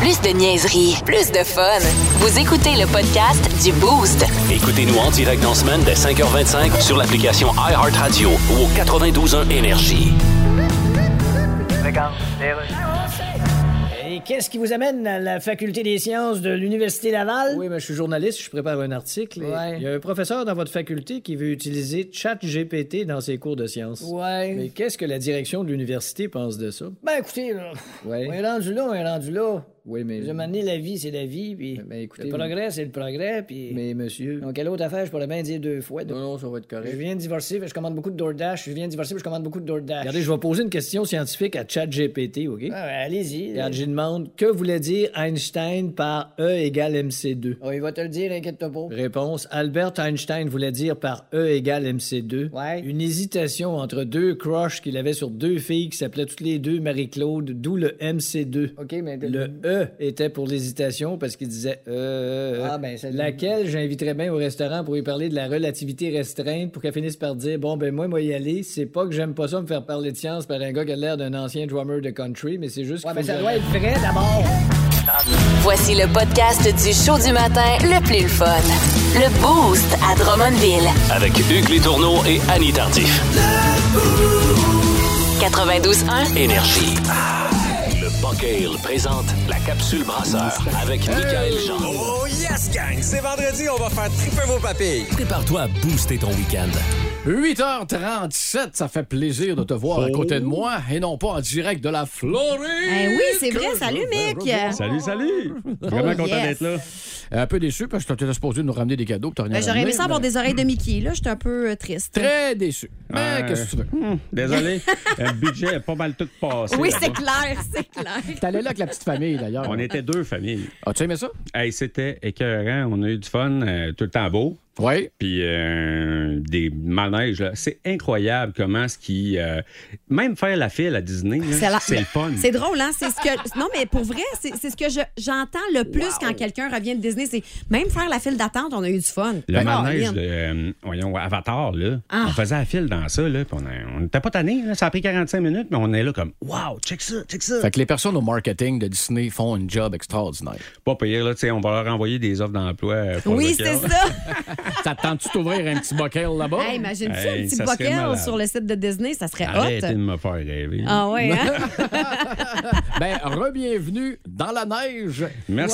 Plus de niaiserie, plus de fun. Vous écoutez le podcast du Boost.
Écoutez-nous en direct dans la semaine dès 5h25 sur l'application iHeartRadio ou au 92.1 Énergie.
Et qu'est-ce qui vous amène à la faculté des sciences de l'Université Laval?
Oui, mais je suis journaliste, je prépare un article. et
Ouais.
Il y a un professeur dans votre faculté qui veut utiliser ChatGPT dans ses cours de sciences.
Ouais.
Mais qu'est-ce que la direction de l'université pense de ça?
Ben écoutez, là,
Ouais.
on est rendu là, on est rendu là.
Oui, mais.
Je m'amener la vie, c'est la vie, puis
Ben écoutez.
le progrès, c'est le progrès, puis...
Mais monsieur.
Donc, quelle autre affaire, je pourrais bien dire deux fois. donc.
Non, non, ça va être
Je
correct.
viens de divorcer, fait que je commande beaucoup de DoorDash. Je viens de divorcer, puis je commande beaucoup de DoorDash.
Regardez, je vais poser une question scientifique à ChatGPT, OK?
Ah ouais, allez-y.
Regarde, je lui demande que voulait dire Einstein par E égale MC2.
Oh, il va te le dire, inquiète-toi pas.
Réponse Albert Einstein voulait dire par E égale MC2
Ouais.
une hésitation entre deux crushs qu'il avait sur deux filles qui s'appelaient toutes les deux Marie-Claude, d'où le MC2.
OK, mais...
Le E était pour l'hésitation parce qu'il disait euh, euh,
Ah, ben, ça-
laquelle j'inviterais bien au restaurant pour lui parler de la relativité restreinte pour qu'elle finisse par dire bon ben moi moi y aller c'est pas que j'aime pas ça me faire parler de science par un gars qui a l'air d'un ancien drummer de country mais c'est juste qu'il
Ouais, Ah, mais
faut
ça
que
doit
j'arrête.
être vrai, d'abord.
Voici le podcast du show du matin le plus le fun. Le Boost à Drummondville.
Avec Hugues Létourneau et Annie Tardif.
92.1
Énergie. Le Buckale présente la capsule brasseur avec Michael Jean.
Oh yes, gang! C'est vendredi, on va faire triper vos papilles.
Prépare-toi à booster ton week-end.
8h37, ça fait plaisir de te voir à côté de moi et non pas en direct de la Floride.
Ben oui, c'est vrai. Salut, Mick.
Salut, salut.
Vraiment Oh, content yes. d'être
là. Un peu déçu parce que t'étais supposé nous ramener des cadeaux. puis t'as rien
Ben, J'aurais aimé
ramené,
ça
mais
avoir des oreilles de Mickey. Là, j'étais un peu euh, triste.
Très déçu. Mais
Ouais.
qu'est-ce que tu veux?
Hum, désolé, le budget est pas mal tout passé.
Oui,
là-bas.
c'est clair, c'est clair.
T'allais là avec la petite famille, d'ailleurs.
On était deux familles.
As-tu aimé ça?
Hey, c'était écœurant. On a eu du fun, euh, tout le temps beau.
Oui.
Puis euh, des manèges, là. C'est incroyable comment ce qui. euh, même faire la file à Disney, là,
C'est la-
c'est le fun.
C'est drôle, hein? C'est ce que... Non, mais pour vrai, c'est c'est ce que je- j'entends le plus quand quelqu'un revient de Disney. C'est même faire la file d'attente, on a eu du fun.
Le
Ben,
manège
Caroline.
de, euh, voyons, Avatar, là,
Ah.
on faisait la file dans ça, là, puis on a- on n'était pas tannés. là. Ça a pris 45 minutes, mais on est là comme, wow, check ça, check ça.
Fait que les personnes au marketing de Disney font un job extraordinaire.
Pas pire, là, tu sais, on va leur envoyer des offres d'emploi. euh, pour
Oui,
le
c'est
cas.
ça.
Ça te tente-tu d'ouvrir un petit bocal là-bas?
Hey, imagine-tu
Hey,
un petit
ça serait
bocal
malade.
sur le site de Disney, ça serait
Arrêtez de
hot.
me faire rêver.
Ah ouais, hein?
ben, re-bienvenue dans la neige.
Ouais.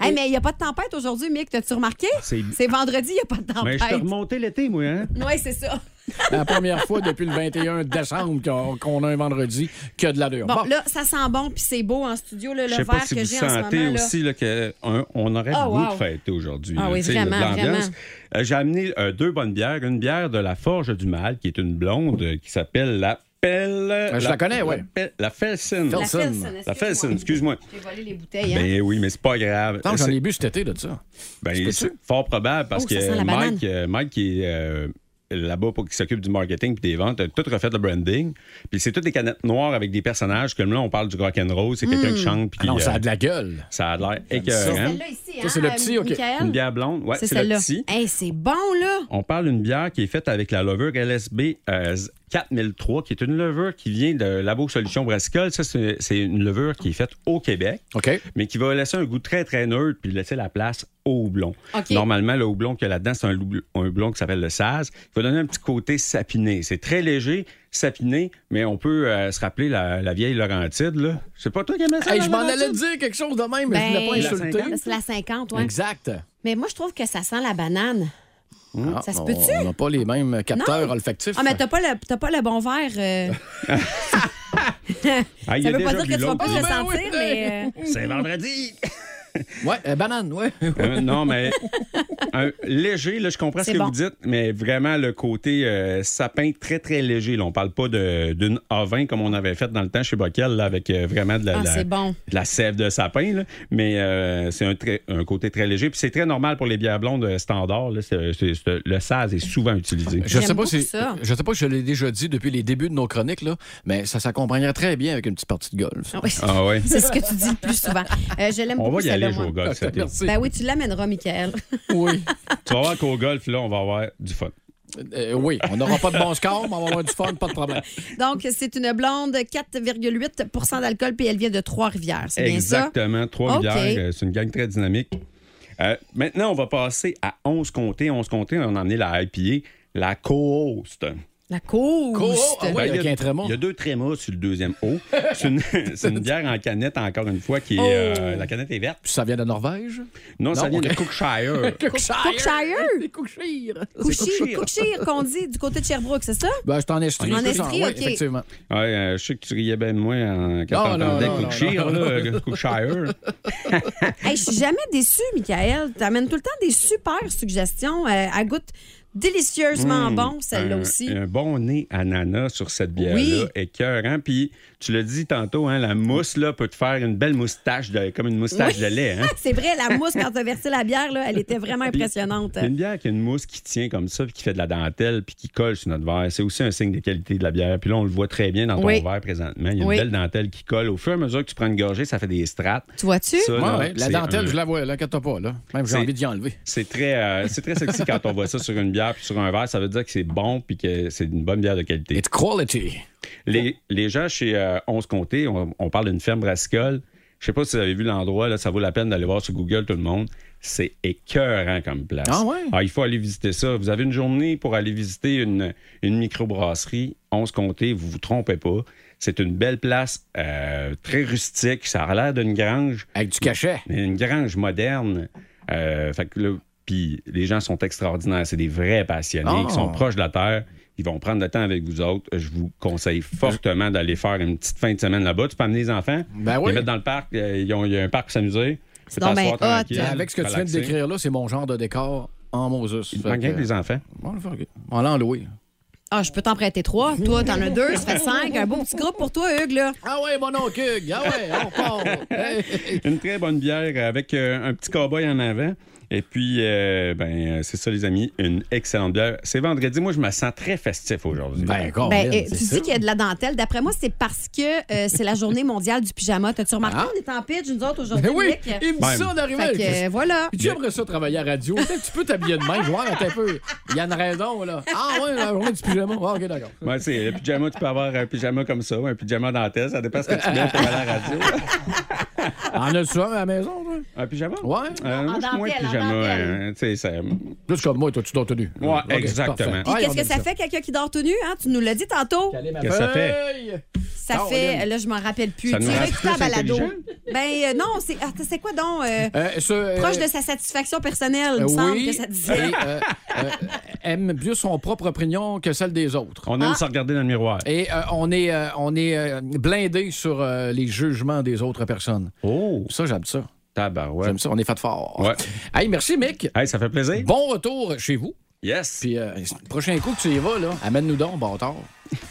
Hey, mais il n'y a pas de tempête aujourd'hui, Mick, t'as-tu remarqué?
C'est-
C'est vendredi, il n'y a pas de
Ah, Mais je peux
tempête.
remonter l'été, moi, hein?
Oui, c'est ça.
La première fois depuis le 21 décembre qu'on- qu'on a un vendredi qu'il y a de la dure.
Bon, là, ça sent bon, puis c'est beau en studio, là,
Je
le
sais pas
verre
si
que
vous
j'ai en ce
sentez
moment. là.
aussi là, que un, on aurait
Ah,
le goût
wow.
de fêter aujourd'hui.
Ah
là,
oui,
tu sais,
vraiment,
l'ambiance.
vraiment.
Euh, J'ai amené euh, deux bonnes bières. Une bière de la Forge du Mal, qui est une blonde, euh, qui s'appelle la Pelle...
je la connais, ouais.
Pelle- La Felsen.
La Felsen, excuse-moi.
La Felsen, excuse-moi.
J'ai volé les bouteilles, hein?
Ben oui, mais c'est pas grave.
Tant que j'en
C'est-
ai bu cet été de ça.
Ben, c'est fort probable parce
Oh, ça sent
que
la
Mike, euh, Mike qui est euh, là-bas pour qui s'occupe du marketing puis des ventes, a tout refait le branding. Puis c'est toutes des canettes noires avec des personnages comme là on parle du rock and roll, c'est quelqu'un
Hmm.
qui chante puis euh,
Ah non,
qui,
ça a de la gueule.
Ça a l'air
C'est
écœurant.
celle-là ici, hein?
Ça, c'est le petit,
euh,
OK.
Michael?
Une bière blonde, ouais,
c'est
c'est le
celle-là.
petit.
Hey, c'est bon, là!
On parle d'une bière qui est faite avec la levure LSB euh, 4003, qui est une levure qui vient de Labo Solution Brassicole. Ça, c'est c'est une levure qui est faite au Québec, mais qui va laisser un goût très, très neutre puis laisser la place au houblon.
OK.
Normalement, le houblon qu'il y a là-dedans, c'est un, houbl- un houblon qui s'appelle le Saz, qui va donner un petit côté sapiné. C'est très léger, sapiné, mais on peut euh, se rappeler la, la vieille Laurentide. Là. C'est pas toi qui aimais ça?
Hey,
la
je m'en
Laurentide?
allais dire quelque chose de même, mais
Ben,
je voulais pas insulter.
C'est la 50, ouais.
Exact.
Mais moi, je trouve que ça sent la banane.
Ah,
Ça se
on-
peut-tu?
On n'a pas les mêmes capteurs
Non.
olfactifs.
Ah, mais t'as pas, le- t'as pas le bon verre. euh.
Ah, il
ça
y a
veut pas
déjà
dire
bu
que tu vas
l'autre,
pas le
là. Ah, ben oui,
sentir, mais. euh,
C'est vendredi!
ouais, euh, banane, ouais.
Euh, non, mais un léger, là, je comprends ce
C'est
que
bon.
vous dites, mais vraiment le côté euh, sapin très, très léger. Là, on parle pas de- d'une A20 comme on avait fait dans le temps chez Bockel, là, avec euh, vraiment de la,
Ah,
la-
c'est bon.
de la sève de sapin, là. mais euh, c'est un, très- un côté très léger. Puis c'est très normal pour les bières blondes euh, standards. là. C'est- c'est- c'est- le saz est souvent utilisé.
Je sais, pas si, je sais pas si je l'ai déjà dit depuis les débuts de nos chroniques, là, mais ça s'accompagnerait très bien avec une petite partie de golf.
Ah oui. C'est ce que tu dis le plus souvent. Euh, je l'aime
On va
beaucoup,
y aller
celle-là,
jouer au
moi.
golf cet été. Merci.
Ben oui, tu l'amèneras, Michael.
Oui.
Tu vas voir qu'au golf, là, on va avoir du fun.
Euh, oui, on n'aura pas de bon score, mais on va avoir du fun, pas de problème.
Donc, c'est une blonde, 4,8 d'alcool, puis elle vient de Trois-Rivières. C'est bien ça?
Exactement, trois
OK.
rivières. C'est une gang très dynamique. Euh, maintenant, on va passer à 11 comtés. 11 comtés, on a emmené la IPA, la co-host.
La course.
Ben, il, y a, il y a deux trémas sur le deuxième O. C'est une, c'est une bière en canette, encore une fois, qui est.
Oh.
euh, la canette est verte.
Ça vient de Norvège?
Non, ça
Non,
vient
OK.
de Cookshire.
Cookshire.
Cookshire.
Cookshire.
Cookshire. Cookshire, qu'on dit du côté de Sherbrooke, c'est ça?
Ben, c'est en Estrie.
En
tout ça,
Estrie,
ouais,
OK.
effectivement.
Ouais, euh, je sais que tu riais bien de moi en-
Non, non,
quand t'entendais
non, non,
Cookshire,
non.
là, euh, Cookshire.
Hey, je suis jamais déçue, Michael. Tu amènes tout le temps des super suggestions. Euh, elle goûte délicieusement
Mmh,
bon, celle-là
un-
aussi.
Un bon nez ananas sur cette bière-là,
Oui.
écœurant. Puis tu l'as dit tantôt, hein, la mousse là, peut te faire une belle moustache, de- comme une moustache
Oui.
de lait. hein.
Ah, C'est vrai, la mousse, quand tu as versé la bière, là, elle était vraiment impressionnante.
Puis Une bière qui a une mousse qui tient comme ça, puis qui fait de la dentelle, puis qui colle sur notre verre, c'est aussi un signe de qualité de la bière. Puis là, on le voit très bien dans ton
Oui.
verre présentement. Il y a
Oui.
une belle dentelle qui colle. Au fur et à mesure que tu prends une gorgée, ça fait des strates.
Tu vois-tu?
Ça, là,
Ouais, ouais, la
Euh, c'est
dentelle,
un-
je la vois, là, inquiète pas, là. Même j'ai
C'est-
envie d'y enlever.
C'est très, euh, c'est très sexy quand on voit ça sur une bière puis sur un verre. Ça veut dire que c'est bon puis que c'est une bonne bière de qualité. It's
quality.
Les, les gens chez euh, 11 Comté, on, on parle d'une ferme brassicole. Je sais pas si vous avez vu l'endroit, là, ça vaut la peine d'aller voir sur Google tout le monde. C'est écœurant comme place.
Ah ouais?
il faut aller visiter ça. Vous avez une journée pour aller visiter une, une microbrasserie. 11 Comté, vous vous trompez pas. C'est une belle place, euh, très rustique. Ça a l'air d'une grange.
Avec du cachet.
Une grange moderne. Euh, fait que là, puis les gens sont extraordinaires. C'est des vrais passionnés
Ah.
qui sont proches de la terre. Ils vont prendre le temps avec vous autres. Je vous conseille fortement d'aller faire une petite fin de semaine là-bas. Tu peux amener les enfants,
Ben oui.
les mettre dans le parc. Euh, ils ont- Il y a un parc pour s'amuser. Tu peux
Non,
ben,
t'asseoir tranquille,
Ben, Avec ce que tu viens de
relaxer.
décrire là, c'est mon genre de décor en Moses. euh,
Il manque rien que les enfants.
On va le faire. On va l'en louer.
Ah, je peux t'en prêter trois. Toi, t'en as deux, ça fait cinq. Un beau petit groupe pour toi, Hugues, là.
Ah ouais, mon oncle Hugues. Ah ouais, on Ben, repart.
Une très bonne bière avec euh, un petit cowboy en avant. Et puis, euh, ben, euh, c'est ça, les amis, une excellente bière. C'est vendredi. Moi, je me sens très festif aujourd'hui. Ben,
Ben, eh, tu dis qu'il y a de la dentelle. D'après moi, c'est parce que euh, c'est la journée mondiale du pyjama. T'as-tu remarqué?
Ah.
On est en pitch, nous autres, aujourd'hui.
Ben oui,
Eh
Mick.
il me dit ça en arrivant.
Fait que, euh, voilà.
Puis tu aimerais ça travailler à radio. Peut-être que tu peux t'habiller de même. Je vois, attends un peu. Il y a une raison, là. Ah ouais, la journée du pyjama. Ah, OK, d'accord.
Ouais, c'est le pyjama, tu peux avoir un pyjama comme ça, ou un pyjama dentelle, ça dépend ce que tu mets pour aller à la radio.
En as-tu un à la maison, toi?
Un pyjama?
Ouais.
Euh, moi, je suis moins
dentelle, en
pyjama. euh, tu sais, ça-
Plus comme moi, toi, tu t'as tenu.
Ouais, exactement.
Ah,
Qu'est-ce que ça fait, quelqu'un qui dort tout nu? Hein? Tu nous l'as dit tantôt.
Qu'est-ce que ça fait?
Ça
Caroline.
fait, là, je m'en rappelle plus.
Ça
tu
nous rend
réécoutes à
plus
balado.
intelligent?
Ben euh, non, c'est ah, c'est quoi donc? euh,
Euh, ce, euh,
proche de sa satisfaction personnelle, il
Euh,
me semble
oui,
que ça disait.
et, euh, euh, aime mieux son propre opinion que celle des autres.
On
Ah.
aime se regarder dans le miroir.
Et euh, on est, euh, on est euh, blindé sur euh, les jugements des autres personnes.
Oh!
Ça, j'aime ça.
Tabarouette.
J'aime ça, on est fait fort.
Ouais.
Hey, merci, Mick.
Hey, ça fait plaisir.
Bon retour chez vous.
Yes.
Puis, euh, le prochain coup que tu y vas, là, amène-nous donc, bâtard.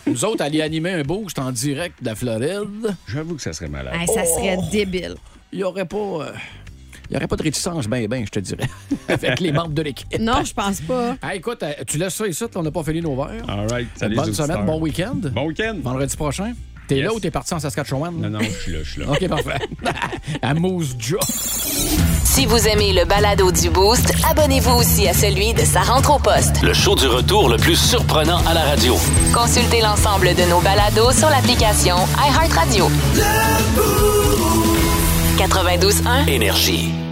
Nous autres, aller animer un boost en direct de la Floride.
J'avoue que ça serait malade.
Hey, ça
oh.
serait débile.
Il n'y aurait pas. euh, Il n'y aurait pas de réticence, ben, ben, je te dirais, avec les membres de l'équipe.
Non, je pense pas.
Hey, écoute, euh, tu laisses ça ici, là, on n'a pas fini nos verres.
All right. Salut,
Bonne
les
semaine,
auditeurs.
bon week-end. Bon
week-end.
Vendredi prochain. T'es là ou t'es parti en Saskatchewan?
Non, non, je suis là, je suis là.
OK, parfait. à Moose Jaw.
Si vous aimez le balado du Boost, abonnez-vous aussi à celui de Sa rentre au poste.
Le show du retour le plus surprenant à la radio.
Consultez l'ensemble de nos balados sur l'application iHeartRadio. 92.1
Énergie.